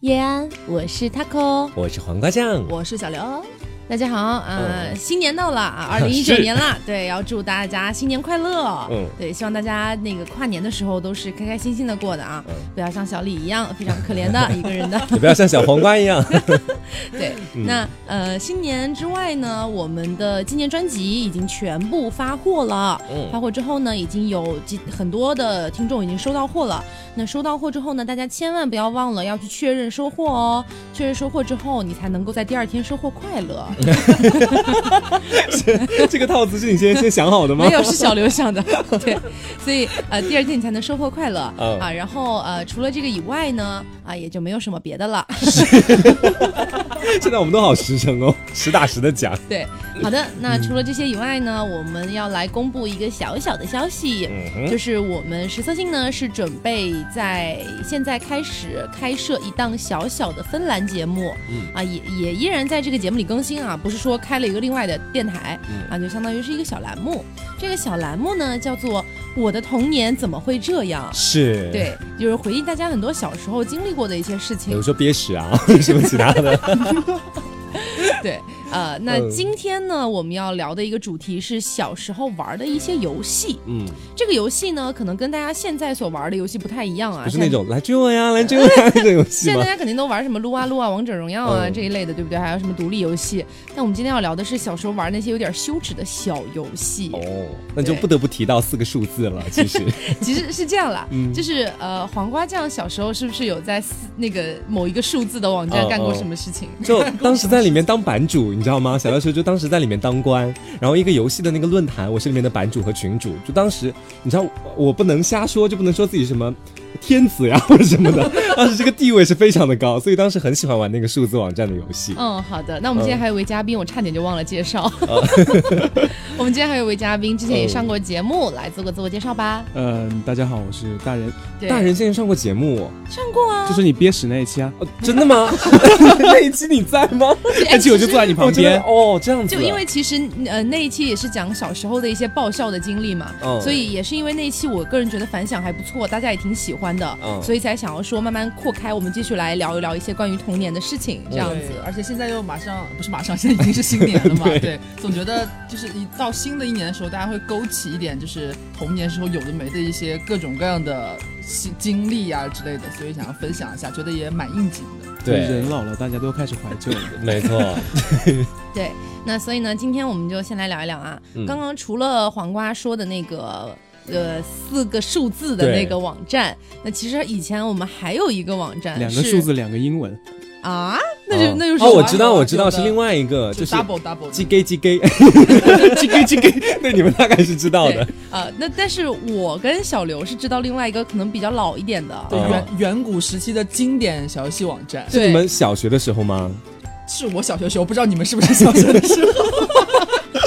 叶安，我是 Taco，我是黄瓜酱， 我是小刘。大家好，嗯呃，新年到了 啊，二零一九是年啦，对，要祝大家新年快乐。嗯对，希望大家那个跨年的时候都是开开心心的过的啊，嗯不要像小李一样非常可怜 的一个人的。你不要像小黄瓜一样。 对，那呃，新年之外呢，我们的纪念专辑已经全部发货了。发嗯，货之后呢，已经有几很多的听众已经收到货了。那收到货之后呢，大家千万不要忘了要去确认收货哦。确认收货之后，你才能够在第二天收获快乐。这个套词是你先先想好的吗没？有， 是小刘想的。 对，所以呃，第二天你才能收获快乐、嗯啊。然后呃，除了这个以外呢，啊，也就没有什么别的了。现在我们都好实诚哦，实打实的讲。对，好的，那除了这些以外呢，我们要来公布一个小小的消息。嗯哼，就是我们实测性呢是准备在现在开始开设一档小小的芬兰节目，嗯啊也也依然在这个节目里更新啊，不是说开了一个另外的电台，嗯啊就相当于是一个小栏目。这个小栏目呢叫做《我的童年怎么会这样》。是，，对，就是回忆大家很多小时候经历过的一些事比情如。说憋屎啊， 什么其他 的。对，呃，那嗯今天呢，我们要聊的一个主题是小时候玩的一些游戏。嗯，这个游戏呢，可能跟大家现在所玩的游戏不太一样啊，不是现在那种来追我呀，来追我呀 那种游戏现在吗大？家肯定都玩什么撸啊撸啊、王者荣耀啊、嗯这一类的，对不对？还有什么独立游戏？但我们今天要聊的是小时候玩那些有点羞耻的小游戏。哦，那就不得不提到四个数字了。其实， 其实是这样啦，嗯就是呃，黄瓜酱小时候是不是有在四那个某一个数字的网站嗯干过嗯什么事哦情？就当时在里面当版主，你知道吗？小的时候就当时在里面当官，然后一个游戏的那个论坛，我是里面的版主和群主。就当时，你知道我我不能瞎说，就不能说自己什么天子呀或者什么的。 当时这个地位是非常的高，所以当时很喜欢玩那个数字网站的游戏。嗯，好的。那我们今天还有一位嘉宾，我差点就忘了介绍。哦 我们今天还有一位嘉宾，之前也上过节目，来做个自我介绍吧。嗯、大家好，我是大人，对，大人现在上过节目，上过啊，就是你憋屎那一期啊，哦、真 的吗？那一期你在吗？哎那期我就坐在你旁我真的边，哦，这样子。就因为其实呃那一期也是讲小时候的一些爆笑的经历嘛，嗯所以也是因为那一期我个人觉得反响还不错，大家也挺喜欢的，嗯所以才想要说慢慢扩开，我们继续来聊一聊一些关于童年的事情，这样子对。而且现在又马上不是马上，现在已经是新 年了嘛。对总觉得就是一到新的一年的时候，大家会勾起一点就是童年时候有的没的一些各种各样的经经历啊之类的，所以想要分享一下，觉得也蛮应景的。对人，老了，大家都开始怀旧了。没错，对，那所以呢，今天我们就先来聊一聊啊，嗯刚刚除了黄瓜说的那个。呃，四个数字的那个网站，那其实以前我们还有一个网站，两个数字，两个英文，啊，那就、哦那就是哦，什我么知道，我知道有的是另外一个，就是 double double 鸡 gay 鸡 gay 鸡 gay 鸡 gay，对，你们大概是知道的对。呃，那但是我跟小刘是知道另外一个可能比较老一点的，对啊远远古时期的经典小游戏网站，是你们小学的时候吗？是我小学时候，不知道你们是不是小学的时候。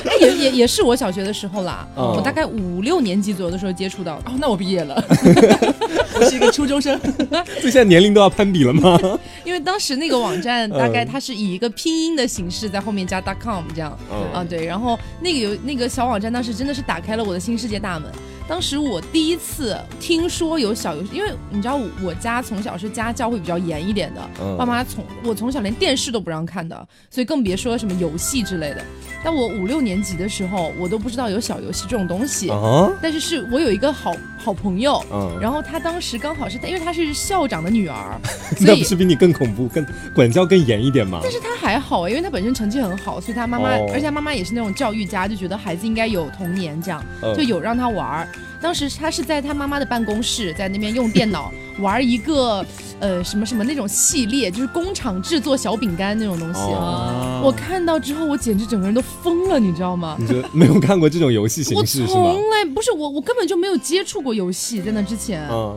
哎也也也是我小学的时候啦，哦我大概五六年级左右的时候接触到的。哦，那我毕业了，我是一个初中生。所以现在年龄都要攀比了吗？因为当时那个网站大概嗯它是以一个拼音的形式在后面加 .com 这样，嗯啊对，然后那个有那个小网站当时真的是打开了我的新世界大门。当时我第一次听说有小游戏，因为你知道我家从小是家教会比较严一点的，嗯爸妈从我从小连电视都不让看的，所以更别说什么游戏之类的。但我五六年级的时候，我都不知道有小游戏这种东西，啊，但是是我有一个好好朋友，嗯然后他当时刚好是，因为他是校长的女 儿，所那不以是比你更恐怖、更管教更严一点吗？但是他还好，因为他本身成绩很好，所以他妈妈，哦而且他妈妈也是那种教育家，就觉得孩子应该有童年这样，嗯就有让他玩儿。当时他是在他妈妈的办公室，在那边用电脑玩一个呃什么什么那种系列，就是工厂制作小饼干那种东西。哦啊我看到之后，我简直整个人都疯了，你知道吗？你觉得没有看过这种游戏我形式是吗？从来不是我，我根本就没有接触过游戏，在那之前、嗯，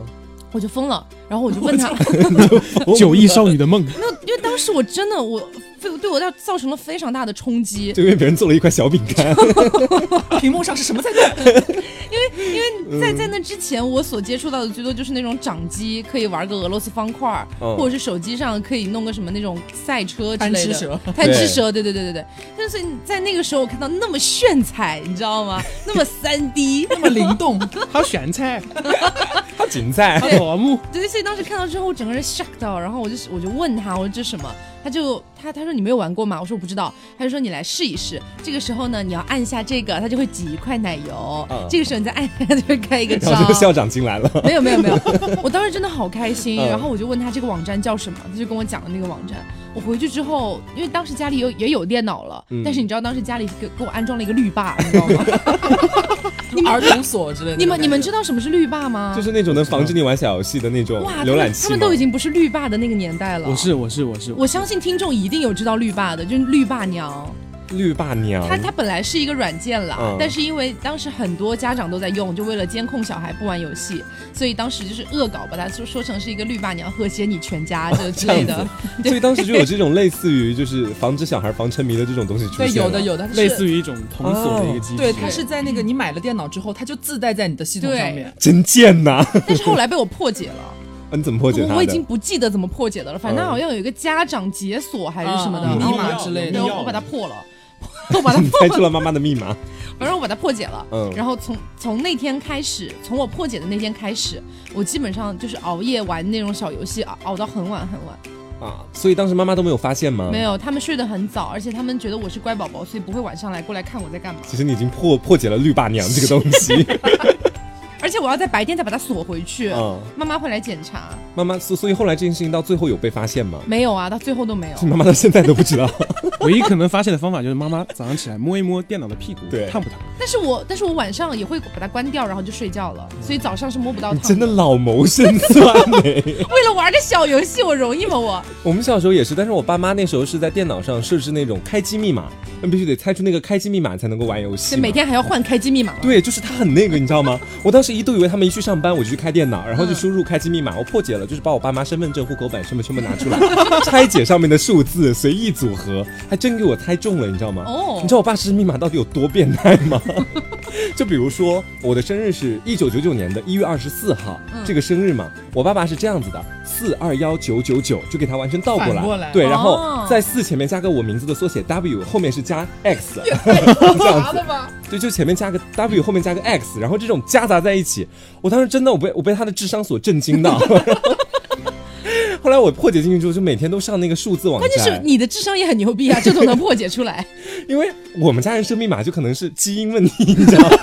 我就疯了，然后我就问 他， 九亿少女的梦，没有，因为当时我真的我对对我造造成了非常大的冲击，就因为别人做了一块小饼 干，屏幕上是什么在动？在嗯在那之前，我所接触到的最多就是那种掌机，可以玩个俄罗斯方块儿，嗯或者是手机上可以弄个什么那种赛车之贪类吃的。 蛇。贪吃蛇，对对对对对，但是在那个时候，我看到那么炫彩，你知道吗？那么三 D，那么灵动，好选菜，他芹菜，头目对，所以当时看到之后，我整个人 shock 到，然后我就我就问他，我说这是什么？他就他他说你没有玩过吗？我说我不知道。他就说你来试一试。这个时候呢，你要按下这个，它就会挤一块奶油。嗯这个时候你再按下，它就会开一个然后这个章。校长进来了，没有没有没 有，我当时真的好开心。嗯然后我就问他这个网站叫什么，他就跟我讲了那个网站。我回去之后，因为当时家里有也有电脑了，嗯但是你知道当时家里给给我安装了一个绿霸，你知道 吗？你们儿童锁之类的。你们你们知道？道什么是绿霸吗？就是那种能防止你玩小游戏的那种哇，他浏览们器他们都已经经不是绿霸的那个年代了。我是我是我是，我相信听众一定有知道绿霸的，就是绿霸娘，绿霸娘，它它本来是一个软件啦，嗯但是因为当时很多家长都在用，就为了监控小孩不玩游戏，所以当时就是恶搞，把它说说成是一个绿霸娘和谐你全家这之类 哦这的样。所以当时就有这种类似于就是防止小孩防沉迷的这种东西出现对，了，有的有的，它是类似于一种童锁哦的一个机制。对，它是在那个你买了电脑之后，它就自带在你的系统上面。真贱呐！啊但是后来被我破解了，你怎么 破解它我的？我已经不记得怎么破解的了，反正嗯好像有一个家长解锁还是什么的，嗯嗯然后密码之类的对密我钥我把它破了， 我把它你猜出了妈妈的密码，反正我把它破解了，嗯然后从从那天开始，从我破解的那天开始，我基本上就是熬夜玩那种小游戏，熬熬到很晚很晚。啊，所以当时妈妈都没有发现吗？没。有，他们睡得很早，而且他们觉得我是乖宝宝，所以不会晚上来过来看我在干嘛。其实你已经破破解了绿霸娘这个东 西，而且我要在白天再把它锁回去，嗯，妈妈会来检查。妈妈，所所以后来这件事情到最后有被发现吗？没有啊，到最后都 没有。妈妈到现在都不知 道，唯一可能发现的方法就是妈妈早上起来摸一摸电脑的屁股，对烫不烫？但是我但是我晚上也会把它关掉，然后就睡觉了，所以早上是摸不到你它。 真的老谋深算哎、为了玩个小游戏，我容易吗？我 我们小时候也是，但是我爸妈那时候是在电脑上设置那种开机密码，那必须得猜出那个开机密码才能够玩游戏这嘛。每天还要换开机密码吗？对，就是他很那个，你知道吗？我当时一度以为他们一去上班，我就去开电脑，然后就嗯输入开机密码，我破解了，就是把我爸妈身份证、户口本什么什么拿出来，拆解上面的数字，随意组合，还真给我猜中了，你知道吗？哦你知道我爸设置密码到底有多变态吗？ 就比如说我的生日是一九九九年的一月二十四号，嗯这个生日嘛，我爸爸是这样子的，四二幺九九九就给他完全倒过来，反过来对，然哦后在四前面加个我名字的缩写 W，后面是加 X，这哎样子。对，就前面加个 W，后面加个 X，然后这种夹杂在一起，我当时真的我被我被他的智商所震惊到。 然后后来我破解进去之后，就每天都上那个数字网关键是站，你的智商也很牛逼啊，这都能破解出来。因为我们家人设密码就可能是基因问题，你知道吗？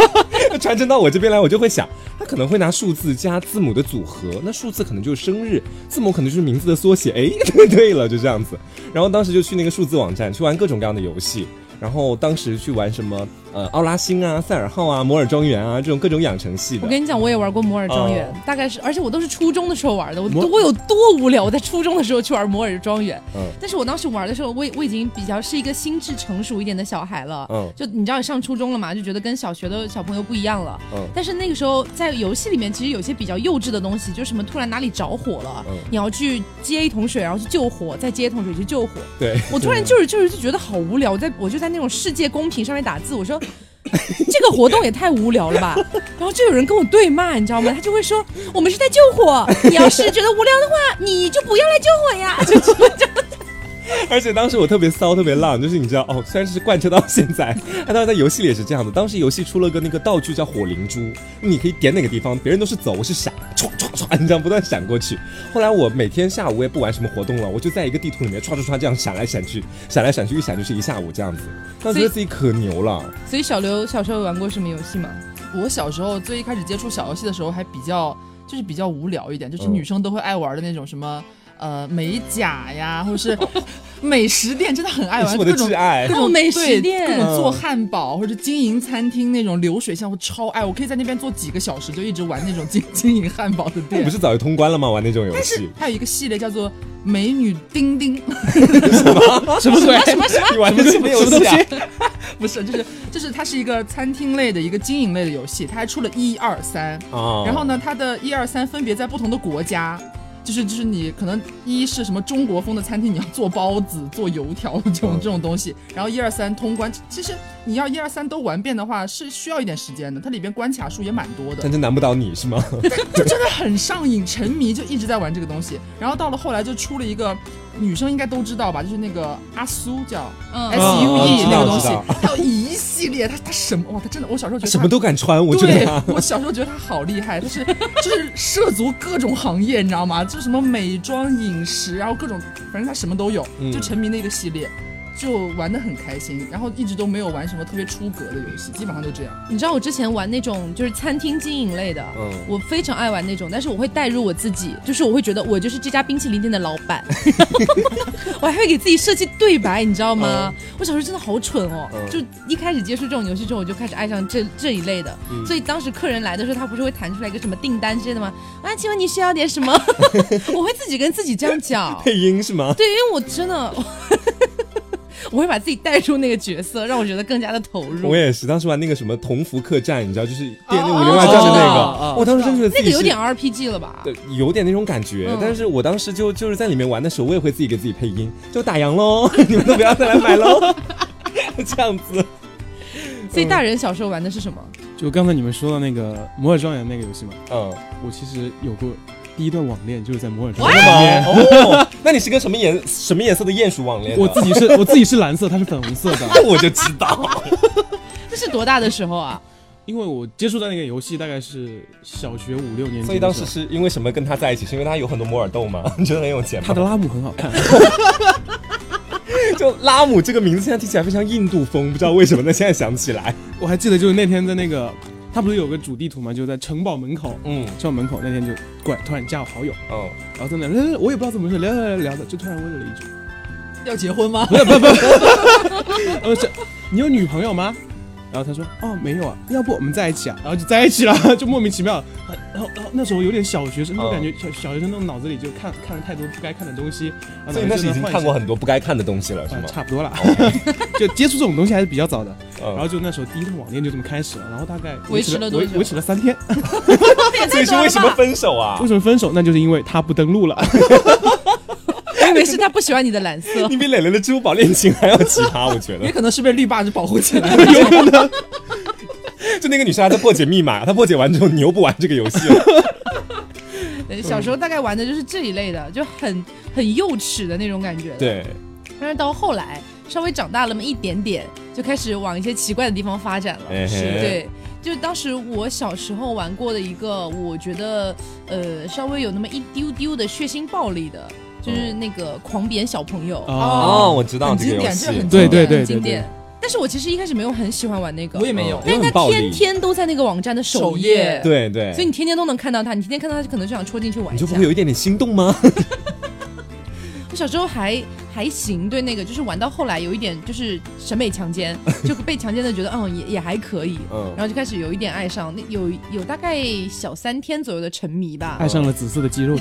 传承到我这边来，我就会想，他可能会拿数字加字母的组合，那数字可能就是生日，字母可能就是名字的缩写。哎， 对对了，就这样子。然后当时就去那个数字网站去玩各种各样的游戏，然后当时去玩什么呃奥拉星啊、塞尔号啊、摩尔庄园啊这种各种养成系的我。跟你讲，我也玩过摩尔庄园，哦大概是，而且我都是初中的时候玩的。我摩我有多无聊？我在初中的时候去玩摩尔庄园，嗯但是我当时玩的时候，我我已经比较是一个心智成熟一点的小孩了。嗯就你知道，上初中了嘛，就觉得跟小学的小朋友不一样了。嗯但是那个时候在游戏里面，其实有些比较幼稚的东西，就是什么突然哪里着火了，嗯你要去接一桶水，然后去救火，再接一桶水去救火。对，我突然就是就是就觉得好无聊，我在我就在那种世界公屏上面打字，我说这个活动也太无聊了吧，然后就有人跟我对骂，你知道吗？他就会说我们是在救火，你要是觉得无聊的话，你就不要来救火呀。 就就就而且当时我特别骚，特别浪，就是你知道哦，虽然是贯彻到现在， 但是在游戏里也是这样的。当时游戏出了个那个道具叫火灵珠，你可以点哪个地方，别人都是走，我是闪，唰唰唰，你这样不断闪过去。后来我每天下午我也不玩什么活动了，我就在一个地图里面唰唰唰这样闪来闪去， 闪来闪去，一闪就是一下午这样子。当时觉得自己可牛了，所以小刘小时候有玩过什么游戏吗？我小时候最一开始接触小游戏的时候，还比较就是比较无聊一点，就是嗯女生都会爱玩的那种什么呃美甲呀，或者是美食店，真的很爱也是玩哎我的各种挚。爱各。哦种美食对店各种做嗯汉堡或者经营餐厅那种流水线，我超爱，我可以在那边做几个小时，就一直玩那种经 经营汉堡的你店不。是早就通关了吗？玩那种游但是 戏，还有一个系列叫做《美女丁丁》， 什么鬼？什么什么？你玩的什么游戏啊？不是，就是就是它是一个餐厅类的一个经营类的游戏，它还出了一二三，啊然后呢，它的一二三分别在不同的国家。就是就是你可能一是什么中国风的餐厅，你要做包子、做油条这种嗯这种东西，然后一二三通关，其实你要一二三都玩遍的话是需要一点时间的，它里边关卡数也蛮多的但，真难不倒你是吗？就真的很上瘾、沉迷，就一直在玩这个东西。然后到了后来就出了一个女生应该都知道吧，就是那个阿苏叫嗯 S U 哦知 E 道那个东知道西，还有一系列，他他什么哇，他真的，我小时候觉得什他么都敢穿，我觉对得他，我小时候觉得他好厉害，就是就是涉足各种行业，你知道吗？就什么美妆、饮食，然后各种，反正他什么都有，嗯就沉迷那个系列。就玩的很开心，然后一直都没有玩什么特别出格的游戏，基本上都这样。你知道我之前玩那种就是餐厅经营类的，嗯我非常爱玩那种，但是我会带入我自己，就是我会觉得我就是这家冰淇淋店的老 板， 我还会给自己设计对白，你知道吗？我小时候真的好蠢哦，嗯就一开始接触这种游戏之后，我就开始爱上这这一类的。嗯所以当时客人来的时候，他不是会弹出来一个什么订单之类的吗？啊，请问你需要点什 么？我会自己跟自己这样讲。配音是吗？对，因为我真的， 我会把自己带入那个角色，让我觉得更加的投入。我也是，当时玩那个什么同福客栈，你知道，就是电那哦个《武林外传》的那哦哦个，我当时真觉得自那己个是有点 RPG 了吧？对，有点那种感觉。嗯但是我当时就就是在里面玩的时候，我也会自己给自己配音，就打烊 喽，你们都不要再来买喽， 这样子。所以大人小时候玩的是什么？就刚才你们说到那个《摩尔庄园》那个游戏嘛，嗯，我其实有过第一段网恋，就是在《摩尔庄真园的吗？哦，那你是跟什么颜什么颜色的鼹鼠网恋》，的？我自己是 我自己是蓝色，它是粉红色的。那我就知 道，这是多大的时候啊？因为我接触到那个游戏大概是小学五六年级的时候，所以当时是因为什么跟他在一起？是因为他有很多摩尔豆吗？ 你觉得很有钱吗？他的拉姆很好看， 就拉姆这个名字现在听起来非常印度风，不知道为什么，但现在想起来， 我还记得就是那天在那个，他不是有个主地图嘛，就在城堡门口，嗯城堡门口那天就过来突然加我好友，嗯，然后在那聊，我也不知道怎么回事，聊聊聊聊的，就突然问了一句，要结婚吗？呃，这你有女朋友吗？然后他说哦没有啊，要不我们在一起啊，然后就在一起了，就莫名其妙。然后然后那时候有点小学生，就嗯感觉小小学生那种脑子里就看看了太多不该看的东西，然后所以那时已经看过很、很多不该看的东西了，是呃吗？哦差不多了， 就接触这种东西还是比较早的。然嗯，后就那时候第一段网恋就这么开始了，然后大概维持了多维久维持了三天。所以是为什么分手啊 为？什么分手？那就是因为他不登录了。我以为是他不喜欢你的蓝色你比磊磊的支付宝恋情还要奇葩，我觉得 也。可能是被绿霸子保护起来。就那个女生还在破解密码，她破解完之后，你又不玩这个游戏了。 对。小时候大概玩的就是这一类的，就很很幼稚的那种感觉。。对，但是到后来稍微长大了那么一点点，就开始往一些奇怪的地方发展了。哎是嘿对。就当时我小时候玩过的一个，我觉得呃稍微有那么一丢丢的血腥暴力的，就是那个狂扁小朋友。哦我知道很这个经游典戏这，很对对很对对经对典。。但是我其实一开始没有很喜欢玩那个，我也没有嗯，但因是为他很暴天力。天都在那个网站的首首页页，对对，所以你天天都能看到他，你天天看到他，可能就想戳进去玩你一下就不。会有一点点心动吗？我小时候还还行，对那个就是玩到后来有一点就是审美强 奸，就被强奸的觉得嗯也也还可以，嗯然，后就开始有一点爱上，那有有大概小三天左右的沉迷吧。哎爱上了紫色的肌肉，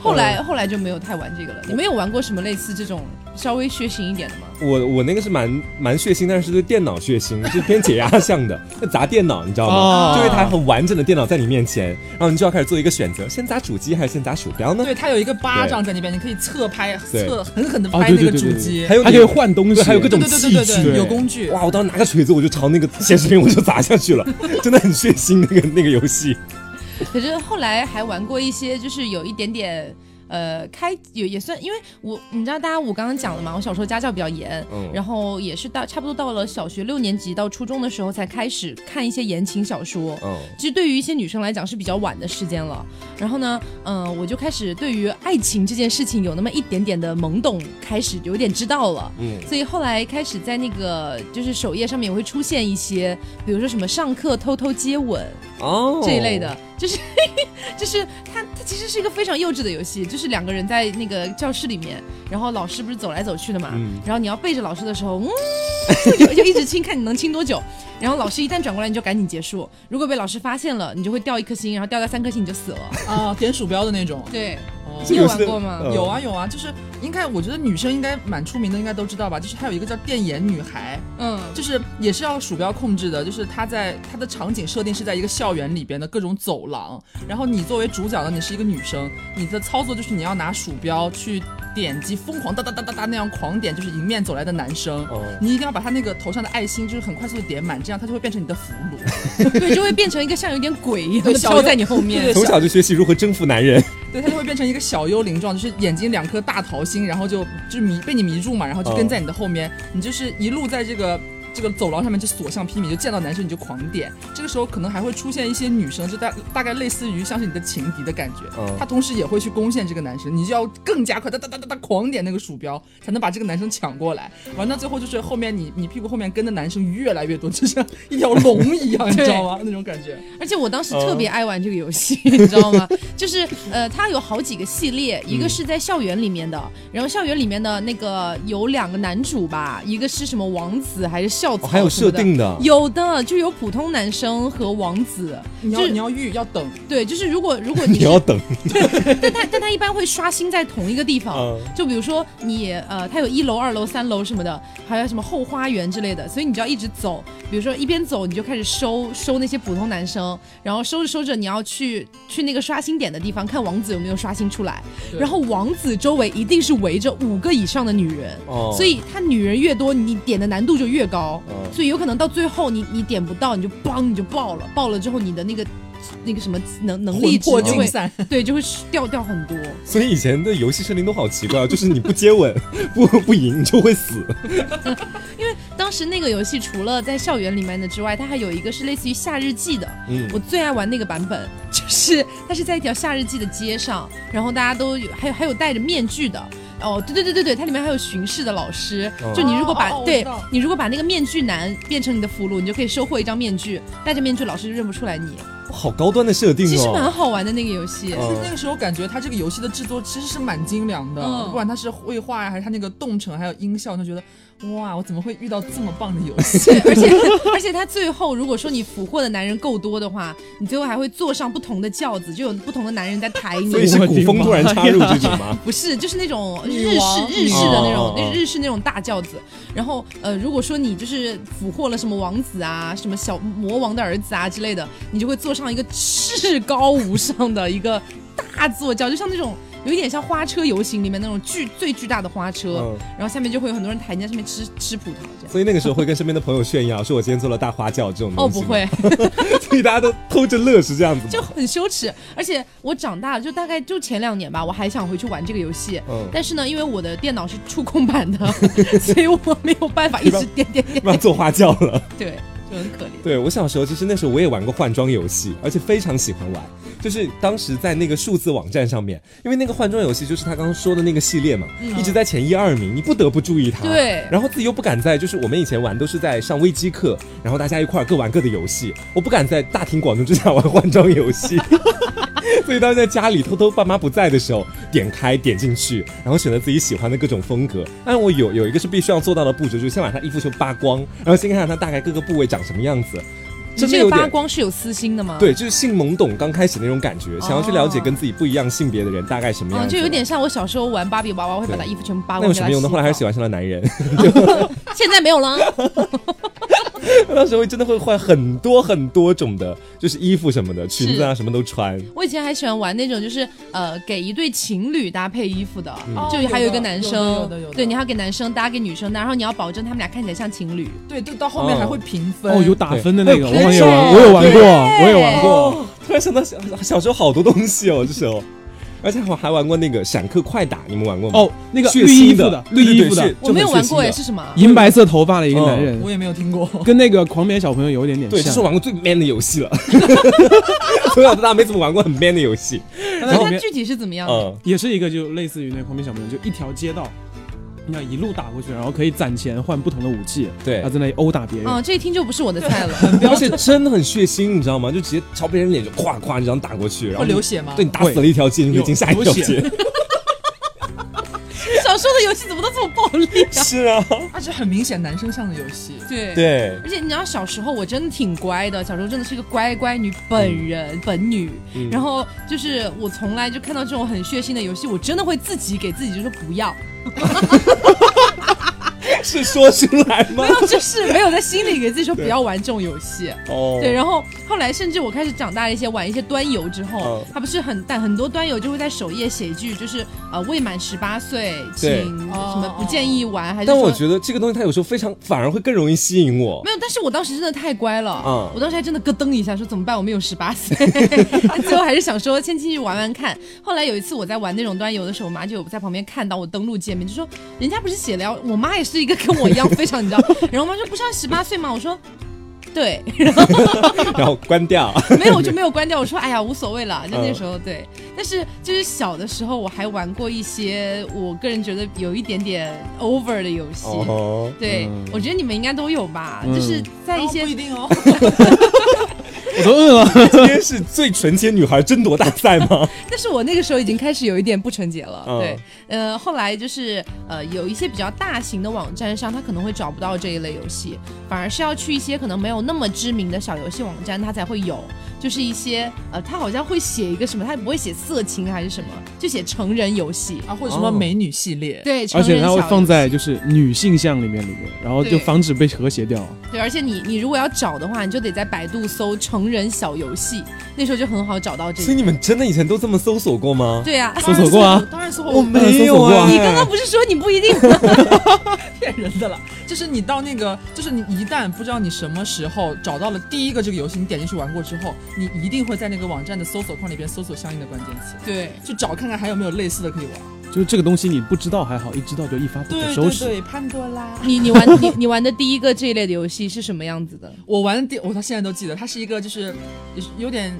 后嗯来后来就没有太玩这个了。你们有玩过什么类似这种稍微血腥一点的吗？我我那个是蛮蛮血腥，但是是对电脑血腥，是偏解压向的， 就砸电脑，你知道吗？哦就一台很完整的电脑在你面前，然后你就要开始做一个选择，先砸主机还是先砸鼠标呢？对，它有一个巴掌在那边，你可以侧拍，侧狠狠的哦拍对那个对对主对机。还有还你可以换东西，对还有各对种对对对器对具对，有工具。哇！我当时拿个锤子，我就朝那个显示屏我就砸下去了， 真的很血腥那个那个游戏。可是后来还玩过一些，就是有一点点。呃，开也也算，因为我你知道，大家我刚刚讲了嘛，我小时候家教比较严，嗯然后也是到差不多到了小学六年级到初中的时候才开始看一些言情小说。嗯，其实对于一些女生来讲是比较晚的时间了。然后呢，嗯、我就开始对于爱情这件事情有那么一点点的懵懂，开始有点知道了。嗯所以后来开始在那个就是首页上面也会出现一些，比如说什么上课偷偷接吻，哦这一类的，就是 就是它它其实是一个非常幼稚的游戏，就是两个人在那个教室里面，然后老师不是走来走去的嘛，嗯然后你要背着老师的时候，嗯，就就一直亲，看你能亲多久。然后老师一旦转过来，你就赶紧结束。如果被老师发现了，你就会掉一颗星，然后掉到三颗星你就死了。啊，点鼠标的那种。对，哦你有游戏玩的过吗？嗯有啊有啊，就是应该，我觉得女生应该蛮出名的，应该都知道吧？就是它有一个叫电眼女孩，嗯，就是也是要鼠标控制的，就是它在它的场景设定是在一个校园里边的各种走廊，然后你作为主角呢，你是一个女生，你的操作就是你要拿鼠标去点击疯狂哒哒哒哒哒那样狂点，就是迎面走来的男生。哦你一定要把他那个头上的爱心，就是很快速的点满，这样他就会变成你的俘虏。对，就会变成一个像有点鬼一样对的小飘游在你后面对。从小就学习如何征服男人。对，它就会变成一个小幽灵状，就是眼睛两颗大桃心，然后就就迷被你迷住嘛，然后就跟在你的后面，你就是一路在这个。这个走廊上面就所向披靡，就见到男生你就狂点。这个时候可能还会出现一些女生，就大大概类似于像是你的情敌的感觉嗯。她同时也会去攻陷这个男生，你就要更加快，哒哒哒哒哒狂点那个鼠标，才能把这个男生抢过来。玩到最后就是后面你你屁股后面跟的男生越来越多，就像一条龙一样，你知道吗？那种感觉。而且我当时特嗯别爱玩这个游戏， 你知道吗？就是呃，它有好几个系列，一个嗯是在校园里面的，然后校园里面的那个有两个男主吧，一个是什么王子还是校草、哦还有设。定的，有的就有普通男生和王子，你就要是你要遇要等，对，就是如果如果你 你是要等，但他但他一般会刷新在同一个地方，嗯就比如说你呃，他有一楼、二楼、三楼什么的，还有什么后花园之类的，所以你就要一直走。比如说一边走，你就开始收收那些普通男生，然后收着收着，你要去去那个刷新点的地方看王子有没有刷新出来，对然后王子周围一定是围着五个以上的女人，哦所以他女人越多，你点的难度就越高，哦嗯所以有可能到最后你你点不到，你就嘣你就爆了，爆了之后你的那个。那个什么能能力魂值魄就尽会散。对，就会掉掉很多。所以以前的游戏设定都好奇怪，啊就是你不接吻， 不不赢你就会死。当时那个游戏除了在校园里面的之外，它还有一个是类似于夏日记的，嗯我最爱玩那个版本，就是它是在一条夏日记的街上，然后大家都有，还有还有戴着面具的。哦，对对对对对，它里面还有巡视的老师，哦就你如果把、哦哦我对知道你如果把那个面具男变成你的俘虏，你就可以收获一张面具，戴着面具老师就认不出来你。好高端的设定其实蛮哦。好玩的那个游戏，嗯那个时候感觉他这个游戏的制作其实是蛮精良的，嗯不管他是绘画呀，还是他那个动程，还有音效，就觉得哇，我怎么会遇到这么棒的游戏？ 对，而且而且他最后，如果说你俘获的男人够多的话，你最后还会坐上不同的轿子，就有不同的男人在抬你所。以是古风突然插入这种吗？不是，就是那种女日式王日式的那种哦，那日式那种大轿子。然后呃，如果说你就是俘获了什么王子啊、什么小魔王的儿子啊之类的，你就会坐上一个至高无上的一个大坐轿，就像那种有一点像花车游行里面那种巨最巨大的花车，嗯，然后下面就会有很多人抬你在上面吃吃葡萄这 样。所以那个时候会跟身边的朋友炫耀，说我今天做了大花轿这种哦，东西。不，会。 所以大家都偷着乐是这样子吗。就很羞耻。而且我长大了，就大概就前两年吧，我还想回去玩这个游戏。嗯，但是呢，因为我的电脑是触控板 的，所以我没有办法一直点点点，不要做花轿了。对，就很可怜。 对我小时候，其实那时候我也玩过换装游戏，而且非常喜欢玩。就是当时在那个数字网站上面，因为那个换装游戏就是他刚刚说的那个系列嘛，一直在前一二名，你不得不注意它。对然后自己又不敢在，就是我们以前玩都是在上微机课，然后大家一块儿各玩各的游戏，我不敢在大庭广众之下玩换装游戏。所以当时在家里偷偷爸妈不在的时候，点开点进去，然后选择自己喜欢的各种风格。但我有有一个是必须要做到的步骤，就是先把他衣服全扒光，然后先看看他大概各个部位长什么样子。你真的这个有扒点光是有私心的吗？。对，就是性懵懂刚开始那种感觉，想要去了解跟自己不一样性别的人大概什么嗯，样子。哦就有点像我小时候玩芭比娃娃，我会把它衣服全部扒那光。有什么用呢？后来还是喜欢。欢上了男人， 现在没有了。那时候真的会换很多很多种的，就是衣服什么的，裙子啊什么都穿。我以前还喜欢玩那种，就是呃，给一对情侣搭配衣服的，嗯哦就还有一个男有生的有的有，的对，你还要给男生搭给女生搭，然后你要保证他们俩看起来像情侣。对，就到后面还会评分。哦，有打分的那个，对我好像也玩，我有玩过，我也玩过。突然想到小小时候好多东西哦，这时候，而且我还玩过那个闪客快打，你们玩过吗？哦，那个血绿衣腥服的的，，绿衣服对的，，我没有玩过哎哎，，是什么？银白色头发的一个男人我，也没有听过。跟那个狂扁小朋友有一点点对，这是我像。玩过最 man 的游 戏了。从小到大没怎么玩过很 man 的游戏，但那它里它面具体是怎么样的？嗯，也是一个就类似于那狂扁小朋友，就一条街道，你要一路打过去，然后可以攒钱换不同的武器，对然后，在那里殴打别人。嗯，这一听就不是我的菜了。 而且真的很血腥，你知道吗？就直接朝别人脸就咵咵这样打过去，然后会你流血吗？对你打死了一条街，你可以进下一条街有。 小时候的游戏怎么都这么暴力啊？是啊，而且很明显男生向的游戏。对。 对，而且你知道，小时候我真的挺乖的，小时候真的是一个乖乖女，本人、本女。嗯然后就是我从来就看到这 种很血腥的游戏，我真的会自己给自己就说不要。是说出来吗没？有，就是没有在心里给自己说不要玩这种游戏。哦，对，然后后来甚至我开始长大了一些，玩一些端游之后嗯，他不是很但很多端游就会在首页写一句，就是呃未满十八岁，请对什哦么不建议玩，还是但我说觉得这个东西它有时候非常反而会更容易吸引我。没有，但是我当时真的太乖了，嗯我当时还真的咯噔一下，说怎么办？我没有十八 岁，但最后还是想说先进去玩玩看。后来有一次我在玩那种端游的时候，我妈就有在旁边看到我登录界面，就说人家不是写了要，我妈也是一个跟我一样非常你知 道，然后我妈说不是要十八岁吗？我说。对，然后关 掉。没有我就没有关掉。我说，哎呀，无所谓了。就那时候，对。但是就是小的时候，我还玩过一些我个人觉得有一点点 over 的游戏。哦，对，我觉得你们应该都有吧，就是在一些哦不一定 哦，我都饿了。今天是最纯洁女孩争夺大赛吗？但是我那个时候已经开始有一点不纯洁了，嗯对，呃，后来就是呃，有一些比较大型的网站上，它可能会找不到这一类游戏，反而是要去一些可能没有那么知名的小游戏网站，它才会有，就是一些呃，它好像会写一个什么，它也不会写色情还是什么，就写成人游戏，啊，或者什哦么美女系列，对，成 而且人它小会游戏放在就是女性向里面里面，然后就对防止被和谐掉。对，而且你你如果要找的话，你就得在百度搜成人小游戏，那时候就很好找到这所以个，你们真的以前都这么搜索过吗？对啊。搜索过啊当然搜我过，当然搜没有啊， 你刚刚不是说你不一定吗？过骗人的了。就是你到那个，就是你一旦不知道你什么时候找到了第一个这个游戏，你点进去玩过之后，你一定会在那个网站的搜索框里边搜索相应的关键词，对，去找看看还有没有类似的可以玩。就是这个东西你不知道还好，一知道就一发不可对收对拾。对，潘多拉。你你玩你你玩的第一个这一类的游戏是什么样子的？我玩的第，我到现在都记得，它是一个就是有点。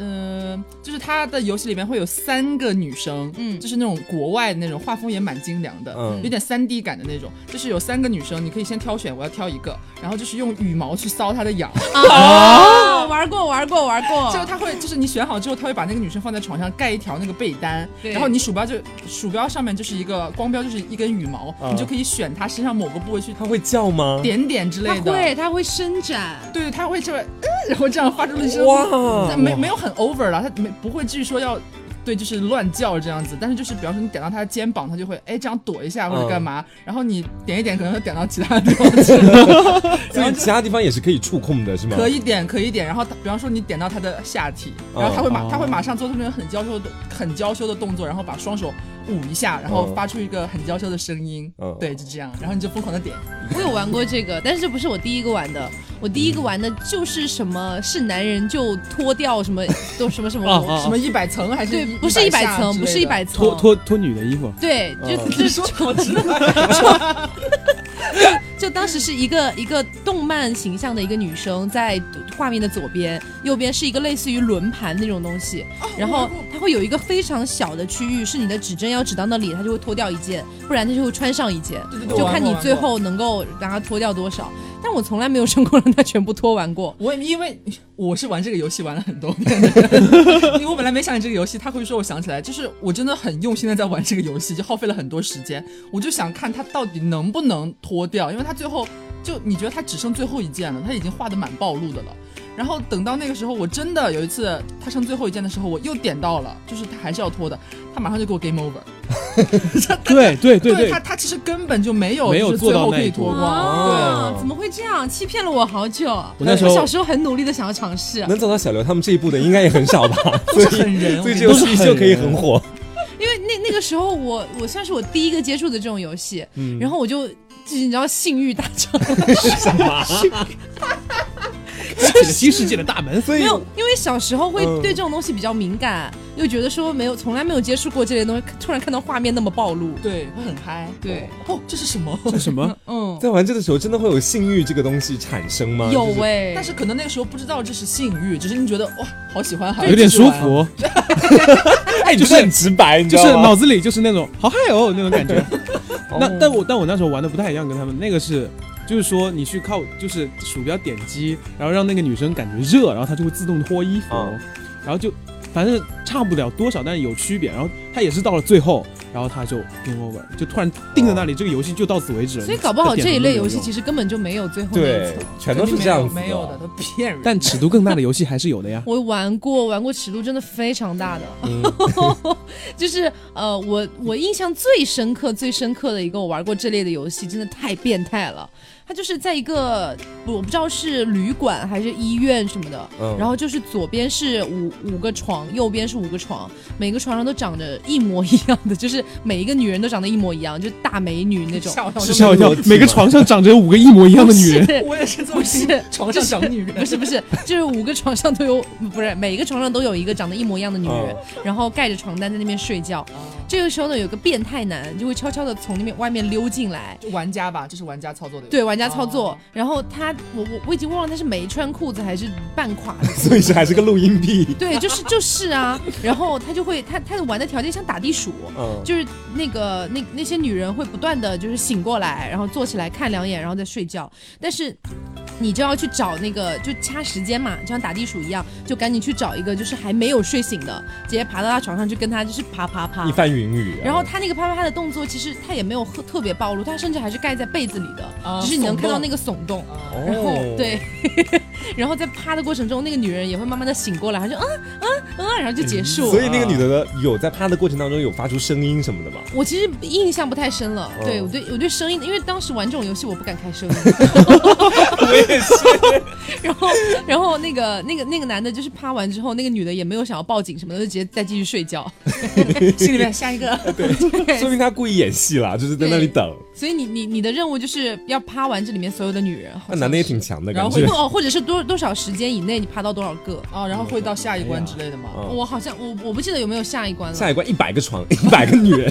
嗯、就是它的游戏里面会有三个女生，嗯就是那种国外的那种画风也蛮精良的，嗯有点三 D 感的那种。就是有三个女生，你可以先挑选，我要挑一个，然后就是用羽毛去搔她的痒，啊，玩过玩过玩过，就他会，就是你选好之后，他会把那个女生放在床上盖一条那个被单，对然后你鼠标就鼠标上面就是一个光标，就是一根羽毛，啊你就可以选她身上某个部位去他会叫吗？点点之它类的。会它会伸展，对，他会这么，呃然后这样发出了一声哇但没没有很 over 了，他没不会至于说要。对，就是乱叫这样子，但是就是，比方说你点到他的肩膀，他就会哎这样躲一下或者干嗯嘛，然后你点一点，可能会点到其他 地方去，所以其他地方也是可以触控的，是吗？可以点可以点，然后他比方说你点到他的下体，嗯然后他会马、他会马上做出那种很娇羞的很娇羞的动作，然后把双手捂一下，然后嗯发出一个很娇羞的声音，嗯对，就这样，然后你就疯狂的点，我有玩过这个，但是这不是我第一个玩的，我第一个玩的就是什么是男人就脱掉什么都什么什么啊啊哦啊什么一百层哦还是对一，不是一百下层，之不类是一的 百层，脱脱脱女的衣服，对，就哦就说我知 道，就就当时是一个一个动漫形象的一个女生在画面的左边，右边是一个类似于轮盘那种东西，然后它会有一个非常小的区域是你的指针要指到那里，它就会脱掉一件，不然它就会穿上一件，对对对就我玩看过你玩最过后能够把它脱掉多少。但我从来没有成功让它全部脱完过。我也因为我是玩这个游戏玩了很多遍的人， 因为我本来没想起这个游戏，他会说我想起来，就是我真的很用心的在玩这个游戏，就耗费了很多时间，我就想看他到底能不能脱掉，因为他最后就你觉得他只剩最后一件了，他已经画的蛮暴露的了。然后等到那个时候，我真的有一次他剩最后一件的时候，我又点到了，就是他还是要脱的，他马上就给我 game over。对对对他他其实根本就没有没有就是做最到后那可以一步脱光。啊！怎么会这样？欺骗了我好久。我那时候小时候很努力的想要尝试，能走到小刘他们这一步的应该也很少吧？所以很人所以这游戏就可以很火。因为那那个时候我我算是我第一个接触的这种游戏，嗯然后我就就是你知道性欲大涨，开启了新世界的大 门。所以没有，因为小时候会嗯对这种东西比较敏感，又觉得说没有从来没有接触过这类东西，突然看到画面那么暴露，对，会很嗨。对，哦，这是什么？这什么？嗯，在玩这个时候，真的会有性欲这个东西产生吗？有啊就是哎、但是可能那个时候不知道这是性欲，只是你觉得哇，好喜欢，好有点舒。服， 哎，你就就是是很直白，你知就道是吗？脑子里就是那种好嗨哦那种 感觉。那哦但我但我那时候玩的不太一样，跟他们那个是，就是说你去靠就是鼠标点击，然后让那个女生感觉热，然后她就会自动脱哦衣服，嗯然后就反正差不了多少，但是有区别。然后她也是到了最后，然后他就 game over，就突然定在那里，这个游戏就到此为止了。哦所以搞不好这一类游戏其实实，根本就没有最后那一对层。，。全都是这样子啊没有没有的，都骗人。但尺度更大的游戏还是有的呀我玩过，玩过尺度真的非常大的，嗯就是呃，我我印象最深刻、最深刻的一个我玩过这类的游戏，真的太变态了。它就是在一个我不知道是旅馆还是医院什么的，嗯 然后就是左边是五五个床，右边是五个床，每个床上都长着一模一样的，就是每一个女人都长得一模一样，就大美女那 种。吓我是一吓跳我一跳，每个床上长着五个一模一样的女 人，是我也是这不么是听床上长女人，不是不是，就是五个床上都有，不是每一个床上都有一个长得一模一样的女人，嗯然后盖着床单在那边睡觉。啊这个时候呢，有个变态男就会悄悄的从那边外面溜进来，就玩家吧，这是玩家操作的游戏。对玩家操作。哦然后他，我我我已经忘了他是没穿裤子还是半垮的所以是还是个录音癖。对，就是就是啊。然后他就会他他玩的条件像打地鼠。嗯，就是那个那那些女人会不断的就是醒过来，然后坐起来看两眼，然后再睡觉。但是你就要去找那个就掐时间嘛，就像打地鼠一样，就赶紧去找一个就是还没有睡醒的，直接爬到他床上去跟他就是啪啪啪一。番云雨啊。然后他那个啪啪啪的动作，其实他也没有特特别暴露，他甚至还是盖在被子里的，啊只是你能看到耸动那个耸动。哦然后哦，对， 然后在趴的过程中，那个女人也会慢慢的醒过来，她就嗯嗯嗯，然后就结束。所以那个女的呢，有在趴的过程当中有发出声音什么的吗？我其实印象不太深了，哦对我对我对声音，因为当时玩这种游戏我不敢开声音， 我也是。 然后然后那个那个那个男的就是趴完之后，那个女的也没有想要报警什么的，就直接再继续睡 觉，心里面下一个说明他故意演戏啦，就是在那里等。所以你你你的任务就是要趴完这里面所有的女人，那男的也挺强的然感后或觉者。哦或者是多多少时间以内你趴到多少个，啊，然后会到下一关之类的嘛。嗯我好像我我不记得有没有下一关了，下一关一百个床， 一百个女人，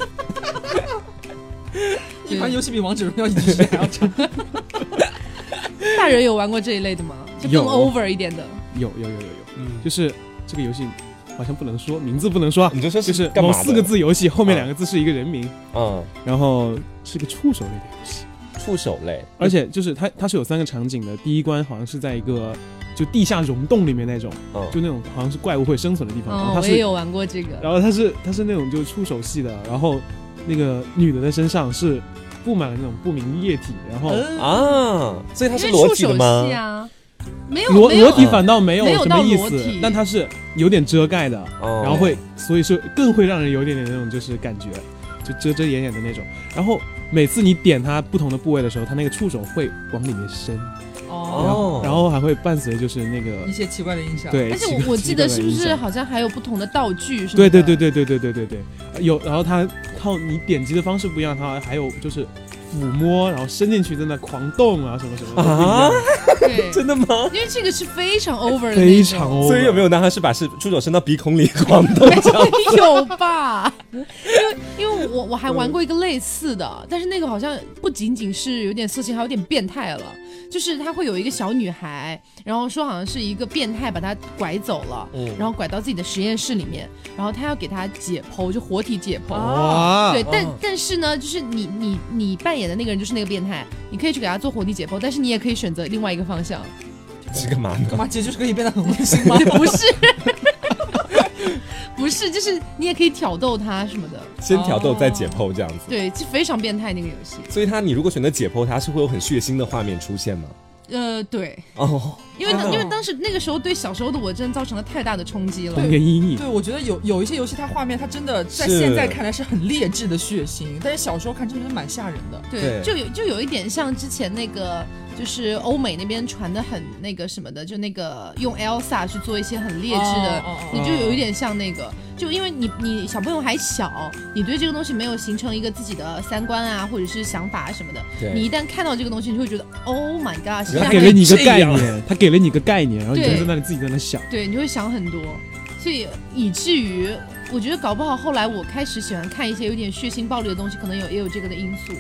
对玩游戏比王者荣耀一局时间还要 长。大人有玩过这一类的吗？就更啊有 over 一点的，有有有有有，就是这个游戏好像不能说名字，不能说啊，你就说就是嗯干某嘛？四个，字游戏后面啊两个字是一个人名，嗯，然后是个触手类的游戏，触手类，而且就是它它是有三个场景的，第一关好像是在一个就地下溶洞里面那种，嗯就那种好像是怪物会生存的哦地方，然后嗯，它我也是有玩过这个，然后它是它是那种就触手系的，然后那个女的的身上是布满了那种不明液体，然后嗯啊，所以它因是为裸触体的手吗？戏啊，没有裸没有裸体反倒没有没有什到么意裸思体，但它是有点遮盖的，哦然后会，所以说更会让人有一点点那种就是感觉，就遮遮掩掩的那种。然后每次你点它不同的部位的时候，它那个触手会往里面伸，然哦，后哦，然后还会伴随就是那一个些奇怪的印象。，对，而且奇怪我我记得是不？奇怪是的印象好像还有不同的道具什么对的？对对对对对对对对，有，然后它靠你点击的方式不一样，它还有就是抚摸，然后伸进去在那狂动啊什么什么的都不一样， 对真的吗？因为这个是非常 over 的那种，非常 over。所以有没有男孩是把是触手伸到鼻孔里狂动？ 有吧？因为因为我我还玩过一个类似的，但是那个好像不仅仅是有点色情，还有点变态了。就是他会有一个小女孩，然后说好像是一个变态把她拐走了，嗯然后拐到自己的实验室里面，然后他要给她解剖，就活体解剖。啊哇哦对，但哦但是呢，就是你你你扮演的那个人就是那个变态，你可以去给他做活体解剖，但是你也可以选择另外一个方向。是干嘛呢？干嘛结局是可以变得很温馨 吗？不是，不是，就是你也可以挑逗他什么的，先挑逗再解剖这样子。对，就非常变态那个游戏。所以他，你如果选择解剖他，是会有很血腥的画面出现吗？呃，对，哦，因为当哦因为当时那个时候对小时候的我真的造成了太大的冲击了童。年阴影对，我觉得有有一些游戏，它画面它真的在是现在看来是很劣质的血腥，但是小时候看真的是蛮吓人的。对，对就有就有一点像之前那个，就是欧美那边传的很那个什么的，就那个用 Elsa 去做一些很劣质的哦哦哦你就有一点像那个，就因为你你小朋友还小，你对这个东西没有形成一个自己的三观啊，或者是想法什么的对，你一旦看到这个东西，你就会觉得 Oh my God，原他来给了你一个这概样念，他给了你一个概念，然后你就对在那里自己在 那想。对，你会想很多，所以以至于我觉得搞不好后来我开始喜欢看一些有点血腥暴力的东西，可能有也有这个的因素。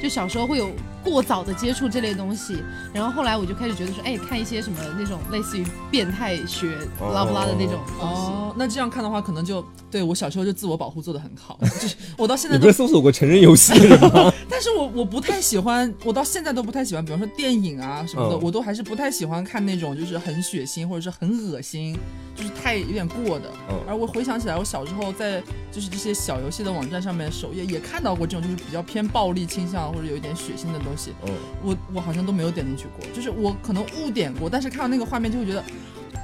就小时候会有过早的接触这类东西。然后后来我就开始觉得说，哎，看一些什么那种类似于变态学哦不拉不拉的那种东西。哦，那这样看的话，可能就对我小时候就自我保护做得很好， 就是我到现在你都不是搜索过成人游戏的人吗？但是我我不太喜欢，我到现在都不太喜欢，比方说电影啊什么的，嗯我都还是不太喜欢看那种就是很血腥或者是很恶心，就是太有点过的。嗯而我回想起来，我小时候在就是这些小游戏的网站上面首页也看到过这种就是比较偏暴力倾向或者有一点血腥的东西，嗯，我我好像都没有点进去过，就是我可能误点过，但是看到那个画面就会觉得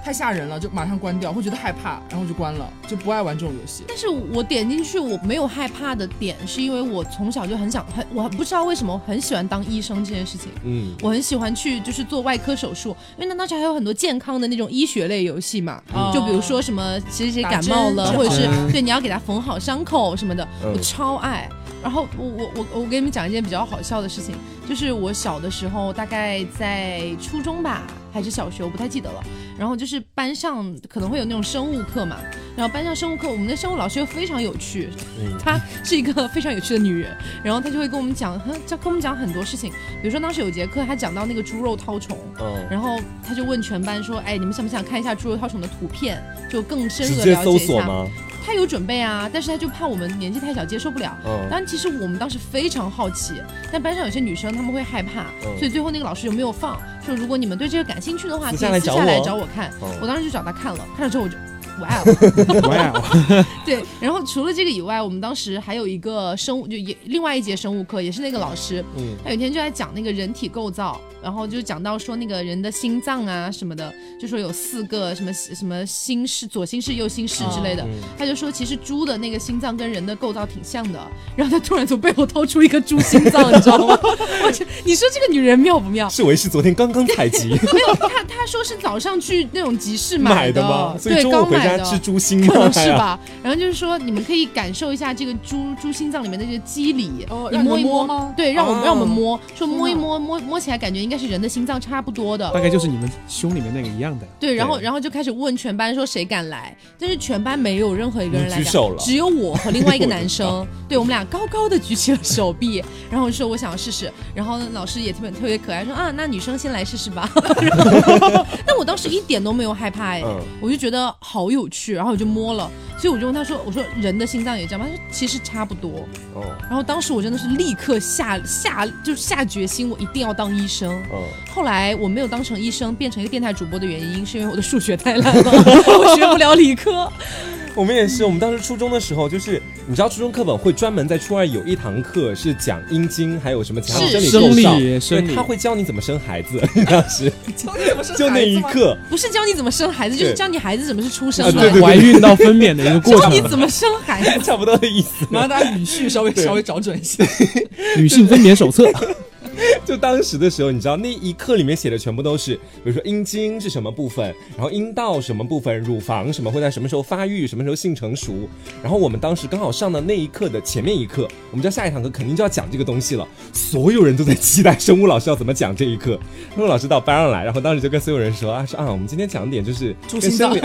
太吓人了，就马上关掉，会觉得害怕，然后就关了，就不爱玩这种游戏。但是我点进去，我没有害怕的点，是因为我从小就很想很，我不知道为什么我很喜欢当医生这件事情。嗯，我很喜欢去就是做外科手术，因为那当时还有很多健康的那种医学类游戏嘛，嗯就比如说什么谁谁谁打感冒针了，是或者是吧对你要给他缝好伤口什么的，嗯我超爱。然后我我我我给你们讲一件比较好笑的事情，就是我小的时候，大概在初中吧，还是小学，我不太记得了。然后就是班上可能会有那种生物课嘛，然后班上生物课，我们的生物老师又非常有趣，嗯她是一个非常有趣的女人，然后她就会跟我们讲，哼，就跟我们讲很多事情，比如说当时有节课，她讲到那个猪肉绦虫，嗯，然后她就问全班说，哎，你们想不想看一下猪肉绦虫的图片，就更深直入的接了解搜一索下？吗？她有准备啊，但是她就怕我们年纪太小接受不了。嗯，但其实我们当时非常好奇，但班上有些女生她们会害怕，嗯所以最后那个老师就没有放，说如果你们对这个感兴趣的话，可以私下来私找下来我找我看。嗯我当时就找她看了，看了之后我就，哇哦，哇哦，对，然后除了这个以外，我们当时还有一个生物，就也另外一节生物课，也是那个老师，嗯他有一天就在讲那个人体构造，然后就讲到说那个人的心脏啊什么的，就说有四个什么什么心室、左心室、右心室之类的。啊嗯他就说，其实猪的那个心脏跟人的构造挺像的。然后他突然从背后掏出一个猪心脏，你知道吗？我去，你说这个女人妙不妙？是我是昨天刚刚采集没有，他他说是早上去那种集市买的，的吗？所以对，中午刚回买家的。吃猪心 可吗哎能？是吧。然后就是说，你们可以感受一下这个猪猪心脏里面的这个肌理，哦你让你摸一们摸摸吗对，让我们、哦让我们摸，说摸一摸，摸摸起来感觉应该是人的心脏差不多的大。概就是你们胸里面那个一样的。对，然后对然后就开始问全班说谁敢来，但是全班没有任何一个人你来举讲手了只有我和另外一个 我的男生，对我们俩高高的举起了手臂，然后我说我想要试试，然后呢老师也特别特别可爱，说啊那女生先来试试吧， 但我当时一点都没有害怕哎，嗯我就觉得好有趣，然后我就摸了，所以我就问他说，我说人的心脏也这样吗？他说其实差不多，哦然后当时我真的是立刻下下就是下决心，我一定要当医生。哦，后来我没有当成医生，变成一个电台主播的原因，是因为我的数学太烂 了，我学不了理科。我们也是，我们当时初中的时候，就是你知道，初中课本会专门在初二有一堂课是讲阴茎，还有什么其他的是生理构造生理生对，理他会教你怎么生孩子， 当时 就就那一 刻，不是教你怎么生孩子，就是教你孩子怎么是出生呃啊的，对对啊怀孕到分娩的一个过教程你，怎么生孩子。差不多的意思。然后大家语序稍微稍微找准一些。女性分娩手册， 就当时的时候，你知道那一课里面写的全部都是，比如说阴茎是什么部分，然后阴道什么部分，乳房什么会在什么时候发育，什么时候性成熟。然后我们当时刚好上的那一课的前面一课，我们知道下一堂课肯定就要讲这个东西了，所有人都在期待生物老师要怎么讲这一课。生物老师到班上来，然后当时就跟所有人说啊，说啊，我们今天讲点就是猪跟心生 脏 理，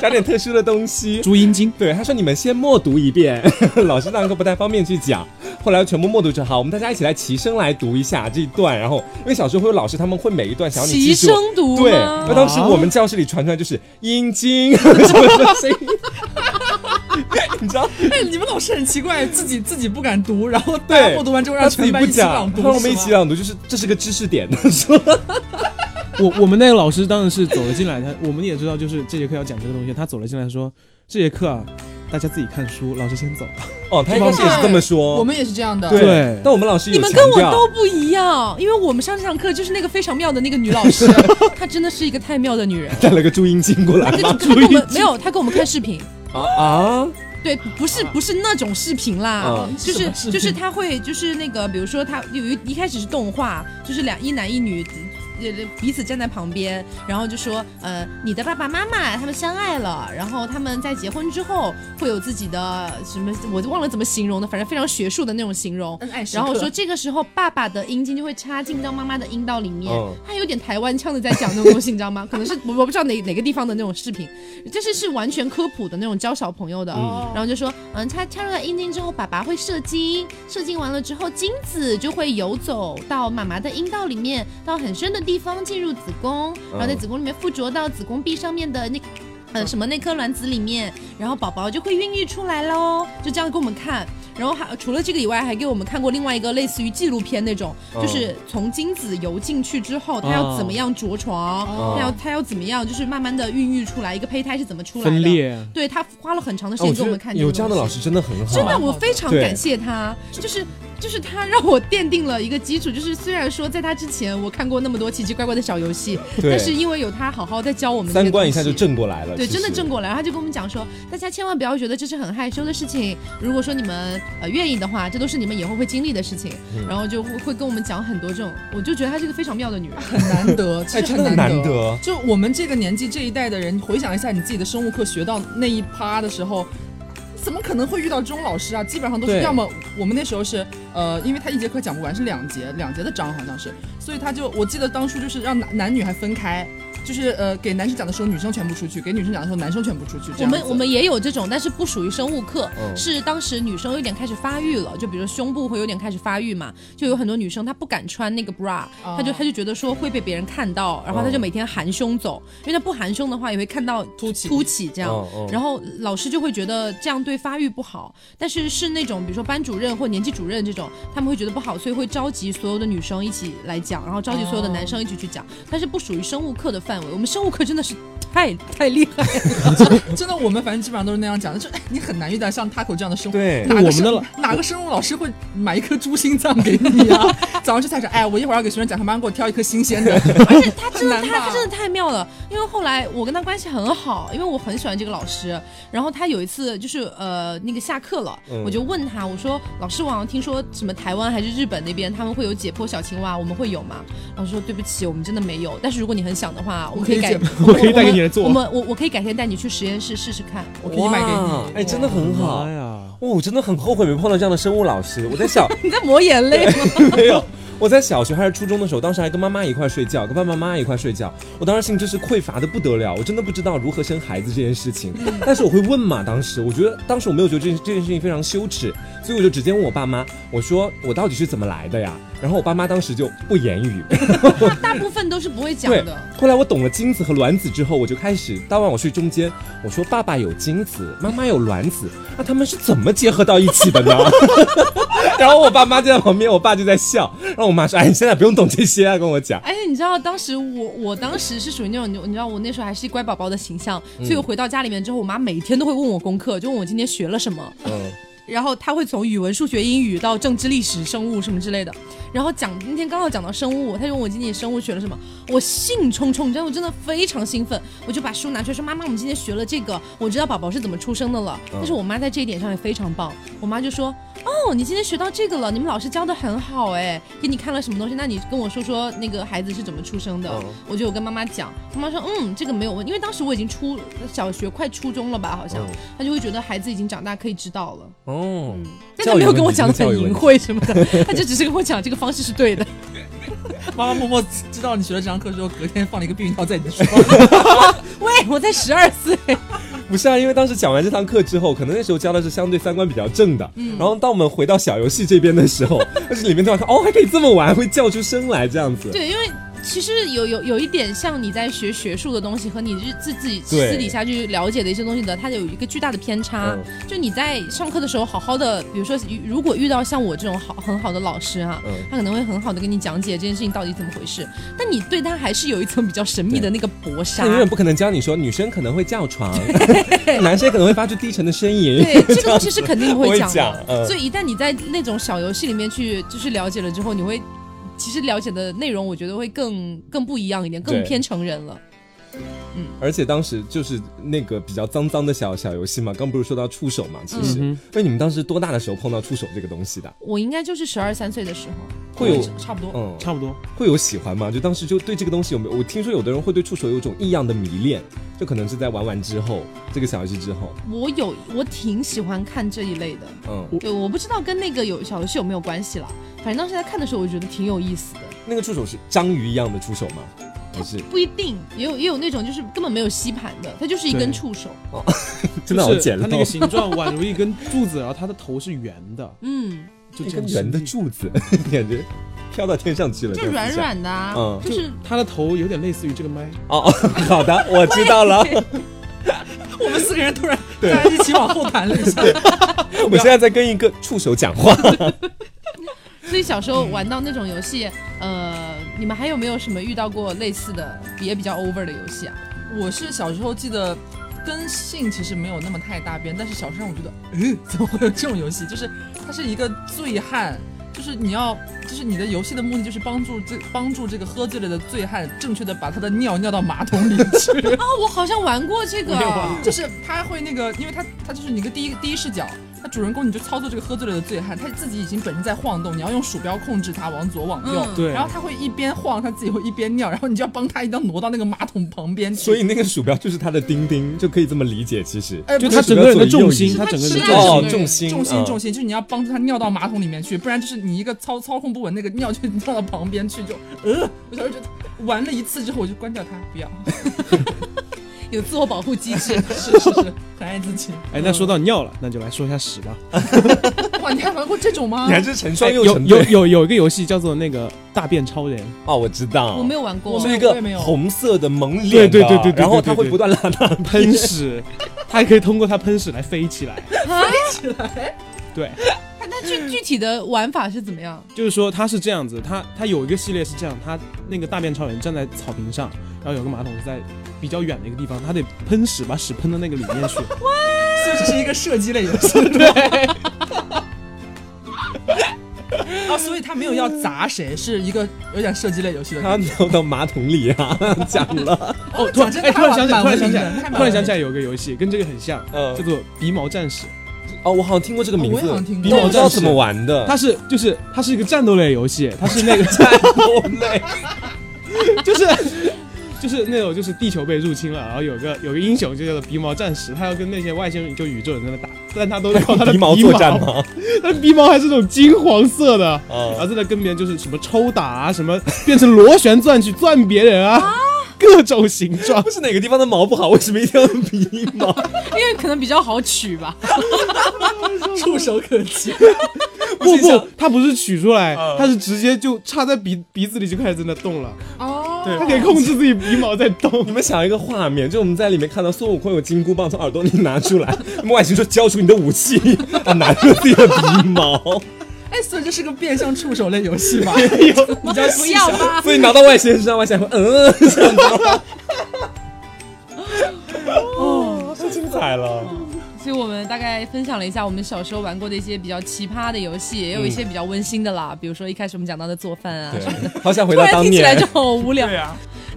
讲点特殊的东西。猪阴茎。对，他说你们先默读一遍， 老师上课不太方便去讲。后来全部默读之后，好，我们大家一起来齐声来读一下这一段。然后，因为小时候会有老师，他们会每一段想要你齐记住。声读对，吗那？当时我们教室里传出来就是 阴茎什么什么声音，你知道？ 哎，你们老师很奇怪，自己自己不敢读，然后大家对，默读完之后他让自己全班不一起朗讲，他读，让我们一起朗读，就是这是个知识点。他说，我我们那个老师当然是走了进来，他我们也知道就是这节课要讲这个东西，他走了进来说这节课啊，大家自己看书，老师先走。哦，他一开始也是这么说。我们也是这样的。对，对但我们老师有你们强跟我调都不一样，因为我们上这堂课就是那个非常妙的那个女老师， 她真的是一个太妙的女 人。带了个注音经过来她吗？跟我们没有，她给我们看视频，啊啊！对，不是不是那种视频啦，啊就什是么视频就是他会就是那个，比如说他有一一开始是动画，就是两一男一女。呃彼此站在旁边，然后就说，呃，你的爸爸妈妈他们相爱了，然后他们在结婚之后会有自己的什么，我就忘了怎么形容的，反正非常学术的那种形容。恩爱时刻然后我说这个时候爸爸的阴茎就会插进到妈妈的阴道里面，嗯他有点台湾腔的在讲那种东西，你知道吗？可能是我我不知道哪哪个地方的那种视频，就是是完全科普的那种教小朋友的。哦嗯然后就说，嗯，他插入了阴茎之后，爸爸会射精，射精完了之后，精子就会游走到妈妈的阴道里面，到很深的地方进入子宫，然后在嗯子宫里面附着到子宫壁上面的那。呃，什么那颗卵子里面，然后宝宝就会孕育出来喽，就这样给我们看。然后还除了这个以外，还给我们看过另外一个类似于纪录片那种，嗯就是从精子游进去之后，它要怎么样着床，嗯哦它要它要怎么样，就是慢慢的孕育出来一个胚胎是怎么出来的。分裂，啊对他花了很长的时啊我间给觉我们得看、有这样的老，师真的很好，真的好我非常对感谢他，就是就是他让我奠定了一个基础，就是虽然说在他之前我看过那么多奇奇怪怪的小游戏，对但是因为有他好好在教我们这个三观一下东就西。正过来了。对，其真的实正过来，然后他就跟我们讲说，大家千万不要觉得这是很害羞的事情。如果说你们呃愿意的话，这都是你们以后会经历的事情。嗯然后就会会跟我们讲很多这种，我就觉得她是个非常妙的女人。很难得， 哎，其实真很的难难得。就我们这个年纪这一代的人，回想一下你自己的生物课学到那一趴的时候，怎么可能会遇到这种老师啊？基本上都是对要么我们那时候是呃，因为他一节课讲不完，是两节，两节的章好像是，所以他就我记得当初就是让男男女还分开，就是呃给男生讲的时候女生全部出去，给女生讲的时候男生全部出去。这我样子哦们我们也有这种，但是不属于生物课，嗯是当时女生有点开始发育了，就比如说胸部会有点开始发育嘛，就有很多女生她不敢穿那个 bra，、哦她就她就觉得说会被别人看到，然后她就每天含胸走，因为她不含胸的话也会看到凸起凸起哦这样。嗯嗯然后老师就会觉得这样对发育不好，但是是那种比如说班主任或年级主任这种，他们会觉得不好，所以会召集所有的女生一起来讲，然后召集所有的男生一起去讲，但是不属于生物课的范围。我们生物课真的是太太厉害了。真的我们反正基本上都是那样讲的，就哎你很难遇到像 Taco 这样的生物啊对哪个我们的生哪个生物老师会买一颗猪心脏给你啊？ 早上去菜场，哎，我一会儿要给学生讲课，妈给我挑一颗新鲜的。而且他真的他他真的太妙了，因为后来我跟他关系很好，因为我很喜欢这个老师。然后他有一次就是呃那个下课了，嗯我就问他，我说老师，我好像听说什么台湾还是日本那边他们会有解剖小青蛙，我们会有吗？老师说对不起，我们真的没有。但是如果你很想的话，我可以我可改我我可以解剖，以带给你来做我们我我可以改天带你去实验室试试看。我可以买给哇你。哎，真的很好。妈呀！哇，我真的很后悔没碰到这样的生物老师。我在想，你在抹眼泪吗？ 没有，我在小学还是初中的时候，当时还跟妈妈一块睡觉，跟爸爸妈妈一块睡觉。我当时性知识匮乏的不得了，我真的不知道如何生孩子这件事情。嗯但是我会问嘛，当时我觉得，当时我没有觉得这件这件事情非常羞耻，所以我就直接问我爸妈，我说我到底是怎么来的呀？然后我爸妈当时就不言语。大部分都是不会讲对的。，后来我懂了精子和卵子之后，我就开始当晚我睡中间，我说爸爸有精子，妈妈有卵子，那他们是怎么结合到一起的呢？然后我爸妈就在旁边，我爸就在笑，然后我妈说：“哎，你现在不用懂这些啊，跟我讲。而哎且你知道，当时我我当时是属于那种，你你知道，我那时候还是乖宝宝的形象，所以我回到家里面之后，我妈每天都会问我功课，就问我今天学了什么，”嗯，然后她会从语文、数学、英语到政治、历史、生物什么之类的，然后讲那天刚好讲到生物，她就问我今天生物学了什么，我兴冲冲，你知道，我真的非常兴奋，我就把书拿出来说：“妈妈，我们今天学了这个，我知道宝宝是怎么出生的了。”嗯但是我妈在这一点上也非常棒，我妈就说：“哦，你今天学到这个了，你们老师教的很好哎，给你看了什么东西？那你跟我说说那个孩子是怎么出生的？嗯我就有跟妈妈讲，妈妈说嗯，这个没有问，因为当时我已经初小学快初中了吧，好像，嗯她就会觉得孩子已经长大可以知道了，哦，但她没有跟我讲的很隐晦什么的，她就只是跟我讲这个方式是对的。妈妈默默知道你学了这堂课之后，隔天放了一个避孕套在你的床。喂，我才十二岁，不是啊，因为当时讲完这堂课之后，可能那时候教的是相对三观比较正的，然后当我们回到小游戏这边的时候，就是里面突然看，哦，还可以这么玩，会叫出声来这样子。对，因为。其实有有有一点像你在学学术的东西和你日自自己对私底下去了解的一些东西的，它有一个巨大的偏差。嗯就你在上课的时候好好的，比如说如果遇到像我这种好很好的老师啊，嗯他可能会很好的跟你讲解这件事情到底怎么回事，但你对他还是有一层比较神秘的那个薄纱他。永远不可能教你说女生可能会叫床，男生可能会发出低沉的呻吟。对，这个东西是肯定不我会会讲讲的。嗯所以一旦你在那种小游戏里面去就是了解了之后，你会其实了解的内容，我觉得会更更不一样一点，更对偏成人了。而且当时就是那个比较脏脏的小小游戏嘛，刚不是说到触手嘛，其实，嗯那、你们当时多大的时候碰到触手这个东西的？我应该就是十二三岁的时候，会有差不多。嗯，差不多。会有喜欢吗？就当时就对这个东西有没有？我听说有的人会对触手有一种异样的迷恋，就可能是在玩完之后，这个小游戏之后，我有我挺喜欢看这一类的，嗯，对，我不知道跟那个有小游戏有没有关系了，反正当时在看的时候，我觉得挺有意思的。那个触手是章鱼一样的触手吗？还是不一定，也有也有那种就是根本没有吸盘的，它就是一根对触手。真的好就是简它那个陋？形状宛如一根柱子，然后它的头是圆的，嗯，就一这根样圆的伸进去柱子， 感觉飘到天上去了，就这样软子想软的啊，嗯就是它的头有点类似于这个麦，哦， 哦好的， 我知道了。我们四个人突然突然一起往后弹了一下，我现在在跟一个触手讲话，所以小时候玩到那种游戏，呃，你们还有没有什么遇到过类似的也比较 over 的游戏啊？我是小时候记得跟性其实没有那么太大边，但是小时候我觉得，嗯，怎么会有这种游戏？就是它是一个醉汉，就是你要，就是你的游戏的目的就是帮助这帮助这个喝醉了的醉汉正确的把他的尿尿到马桶里去，啊，我好像玩过这个，就是他会那个，因为他他就是你个第一第一视角。他主人公你就操作这个喝醉了的醉汉，他自己已经本身在晃动，你要用鼠标控制他往左往右，嗯对然后他会一边晃，他自己会一边尿，然后你就要帮他一定要挪到那个马桶旁边去。所以那个鼠标就是它的丁丁，就可以这么理解。其实哎就不是它整个人的重心，是它它整个人的吃了重哦心，，重心，重心嗯重心，就是你要帮助他尿到马桶里面去，不然就是你一个操操控不稳，那个尿就尿到旁边去，就呃，我小时候觉得玩了一次之后我就关掉它，不要，有自我保护机制。是是是，很爱自己。哎，嗯那说到尿了，那就来说一下屎吧。哇，你还玩过这种吗你？还是成哎双有又成有对有有一个游戏叫做那个大便超人，哦，我知道，我没有玩过，是一我个也没有红色的蒙脸的，对对对对对然后对对它会对不断拉它的喷屎， 它还可以通过它喷屎来飞起来。对，它它啊具具体的玩法是怎么样？就是说它是这样子，它它有一个系列是这样，它那个大便超人站在草坪上，然后有个马桶是在比较远的一个地方，它得喷屎把屎喷到那个里面去。所以这是一个射击类游戏，对。啊，所以他没有要砸谁，是一个有点射击类游戏的它感觉。尿到马桶里啊，讲了，哦，突然讲真哎，的突然想起来，突然想起来，还蛮文明的突然想起来有个游戏跟这个很像，嗯叫做鼻毛战士。 哦，我好像听过这个名哦我也好字像，听但过我不知道怎么玩的，它是就是它是一个战斗类游戏，它是那个太 多累，就是 就是那种就是地球被入侵了，然后有个有个英雄就叫做鼻毛战士，他要跟那些外星人就宇宙人在那打，但 他都是靠他的皮毛作战？吗？ 他的鼻毛还是那种金黄色的，然后啊，在那跟别人就是什么抽打啊，什么变成螺旋转去转别人啊，各种形 状不。是哪个地方的毛不好，为什么一定要用皮毛？因为可能比较好取吧。触手可及，不是像不，他不是取出来，嗯他是直接就插在鼻鼻子里就开始在那动了。哦，对，他可以控制自己鼻毛在动你。们想一个画面，就我们在里面看到孙悟空有金箍棒从耳朵里拿出来， 那么外星说交出你的武器，他拿出自己的 鼻毛，哎，所以这是个变相触手类游戏吧？你叫不要吧，所以拿到外星人身上，外星人会嗯这样子。哦，太精彩了！所以我们大概分享了一下我们小时候玩过的一些比较奇葩的游戏，也有一些比较温馨的啦，比如说一开始我们讲到的做饭啊，对，好想回突到然当听起来年就。好无聊。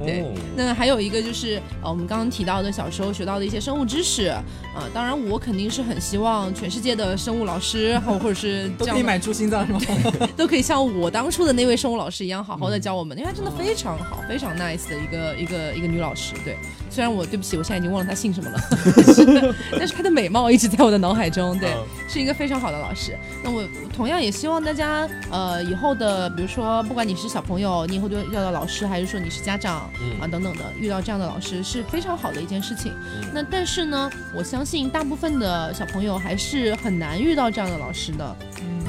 对哦，那还有一个就是呃，我们刚刚提到的小时候学到的一些生物知识啊、呃当然我肯定是很希望全世界的生物老师，或或者是都这样可以的买猪心脏是吗？都可以像我当初的那位生物老师一样，好好的教我们，因为她真的非常好，非常 nice 的一个一个一个女老师。对，虽然我对不起，我现在已经忘了她姓什么了， 但是她的美貌一直在我的脑海中。对，是一个非常好的老师。那我同样也希望大家，呃，以后的，比如说，不管你是小朋友，你以后就遇到老师，还是说你是家长、啊等等的，遇到这样的老师是非常好的一件事情。那但是呢，我相信大部分的小朋友还是很难遇到这样的老师的。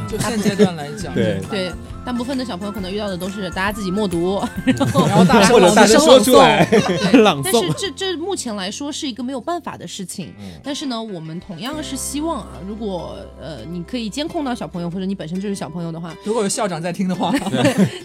就现阶段来讲，对对，嗯大部分的小朋友可能遇到的都是大家自己默读， 然后大或者大声说出来，对 朗但诵是这这目前来说是一个没有办法的事情。嗯但是呢，我们同样是希望啊，如果呃你可以监控到小朋友，或者你本身就是小朋友的话，如果有校长在听的话，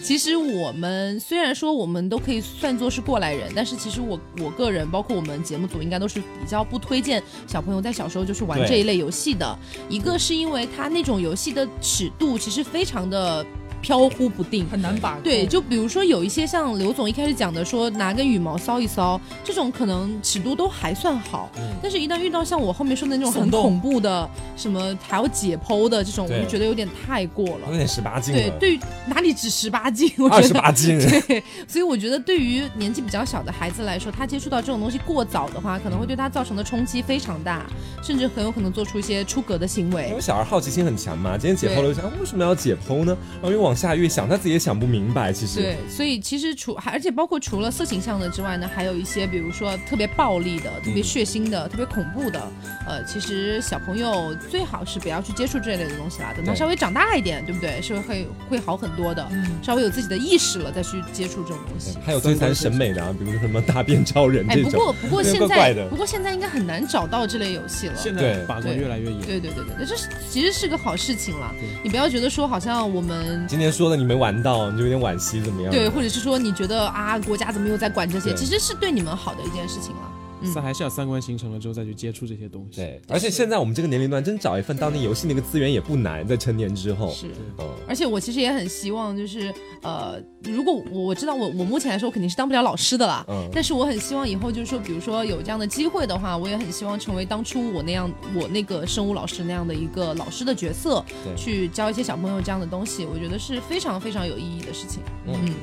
其实我们虽然说我们都可以算作是过来人，但是其实我我个人，包括我们节目组，应该都是比较不推荐小朋友在小时候就是玩对这一类游戏的。一个是因为它那种游戏的尺度其实非常的飘忽不定。很难把控嗯对，就比如说有一些像刘总一开始讲的说拿根羽毛搔一搔，这种可能尺度都还算好，嗯但是一旦遇到像我后面说的那种很耸动恐怖的，什么还要解剖的这种，我对就觉得有点太过了有。点十八禁对了，，对于哪里只十八禁，我二觉十得八禁，对， 所以我觉得对于年纪比较小的孩子来说，他接触到这种东西过早的话，可能会对他造成的冲击非常大，甚至很有可能做出一些出格的行 因为为。小孩好奇心很强嘛，今天解剖了，对我想啊为什么要解剖呢？然后又往下越想，他自己也想不明白。其实对，所以其实除还而且包括除了色情向的之外呢，还有一些比如说特别暴力的、嗯特别血腥的、特别恐怖的，呃，其实小朋友最好是不要去接触这类的东西啦。等他对嗯稍微长大一点，对不对？是会会好很多的，稍微有自己的意识了再去接触这种东西对。嗯还有摧残审美的、啊，比如说什么大便超人哎，这不种，过不过有点现 怪怪在的不过现在应该很难找到这类游戏了。现对在把关越来越严。对对对对，对这是其实是个好事情了对。你不要觉得说好像我们今天说的你没玩到，你就有点惋惜，怎么样？对，或者是说你觉得啊，国家怎么又在管这些，对其实是对你们好的一件事情了。嗯但还是要三观形成了之后再去接触这些东西。对，而且现在我们这个年龄段，真找一份当地游戏那个资源也不难，在成年之后，是，嗯，而且我其实也很希望，就是呃，如果我我知道我我目前来说我肯定是当不了老师的啦，嗯但是我很希望以后就是说，比如说有这样的机会的话，我也很希望成为当初我那样我那个生物老师那样的一个老师的角色对，去教一些小朋友这样的东西，我觉得是非常非常有意义的事情。嗯嗯，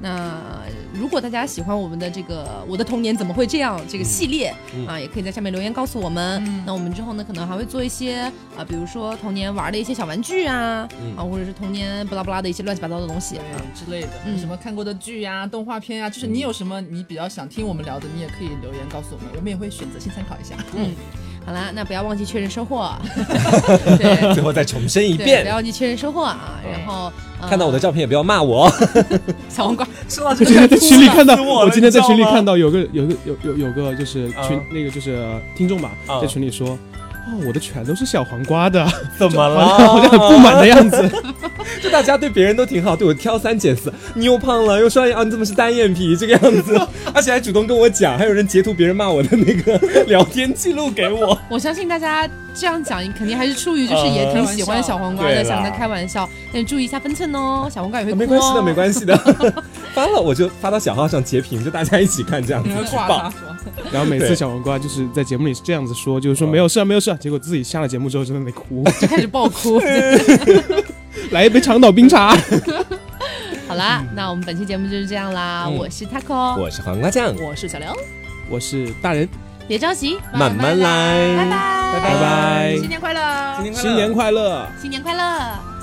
那如果大家喜欢我们的这个《我的童年怎么会这样》这个系列、嗯啊，也可以在下面留言告诉我们。那我们之后呢，可能还会做一些啊、比如说童年玩的一些小玩具啊，嗯啊，或者是童年不拉不拉的一些乱七八糟的东西对啊。之类的，嗯什么看过的剧呀、动画片呀、就是你有什么你比较想听我们聊的，你也可以留言告诉我们，我们也会选择性参考一下。好啦，那不要忘记确认收 获，对最后再重申一对，不要遍。哦忘记确认收获啊。然后、呃看到我的照片也不要骂我，小黄瓜，说到我这 今天在群里看到，吓死我了我今天在群你里知道吗看到有个有个有有有个就是群啊那个就是听众吧，啊在群里说。哦，我的全都是小黄瓜的， 怎么了？好像很不满的 样子。就大家对别人都挺好，对我挑三拣四。你又胖了，又双眼啊，你怎么是单眼皮这个样 子？而且还主动跟我讲，还有人截图别人骂我的那个聊天记录 给我。我相信大家这样讲，肯定还是出于就是也挺喜欢小黄瓜呃的，对啦想跟他开玩笑，但是注意一下分寸哦，小黄瓜也会哭、哦。没关系的，没关系的。 发了我就发到小号上截屏，就大家一起看这样子你会，举挂报他。说，然后每次对小黄瓜就是在节目里是这样子说，就是说没有事啊，没有事啊。结果自己下了节目之后真的得哭， 就 开始爆 哭。嗯来一杯长岛冰茶。 好啦，那我们本期节目就是这样啦，嗯我是 taco，我是黄瓜酱，我是小刘，我是大人，别着急，慢慢来，拜拜，拜拜新年快乐，新年快乐，新年快乐。新年快乐。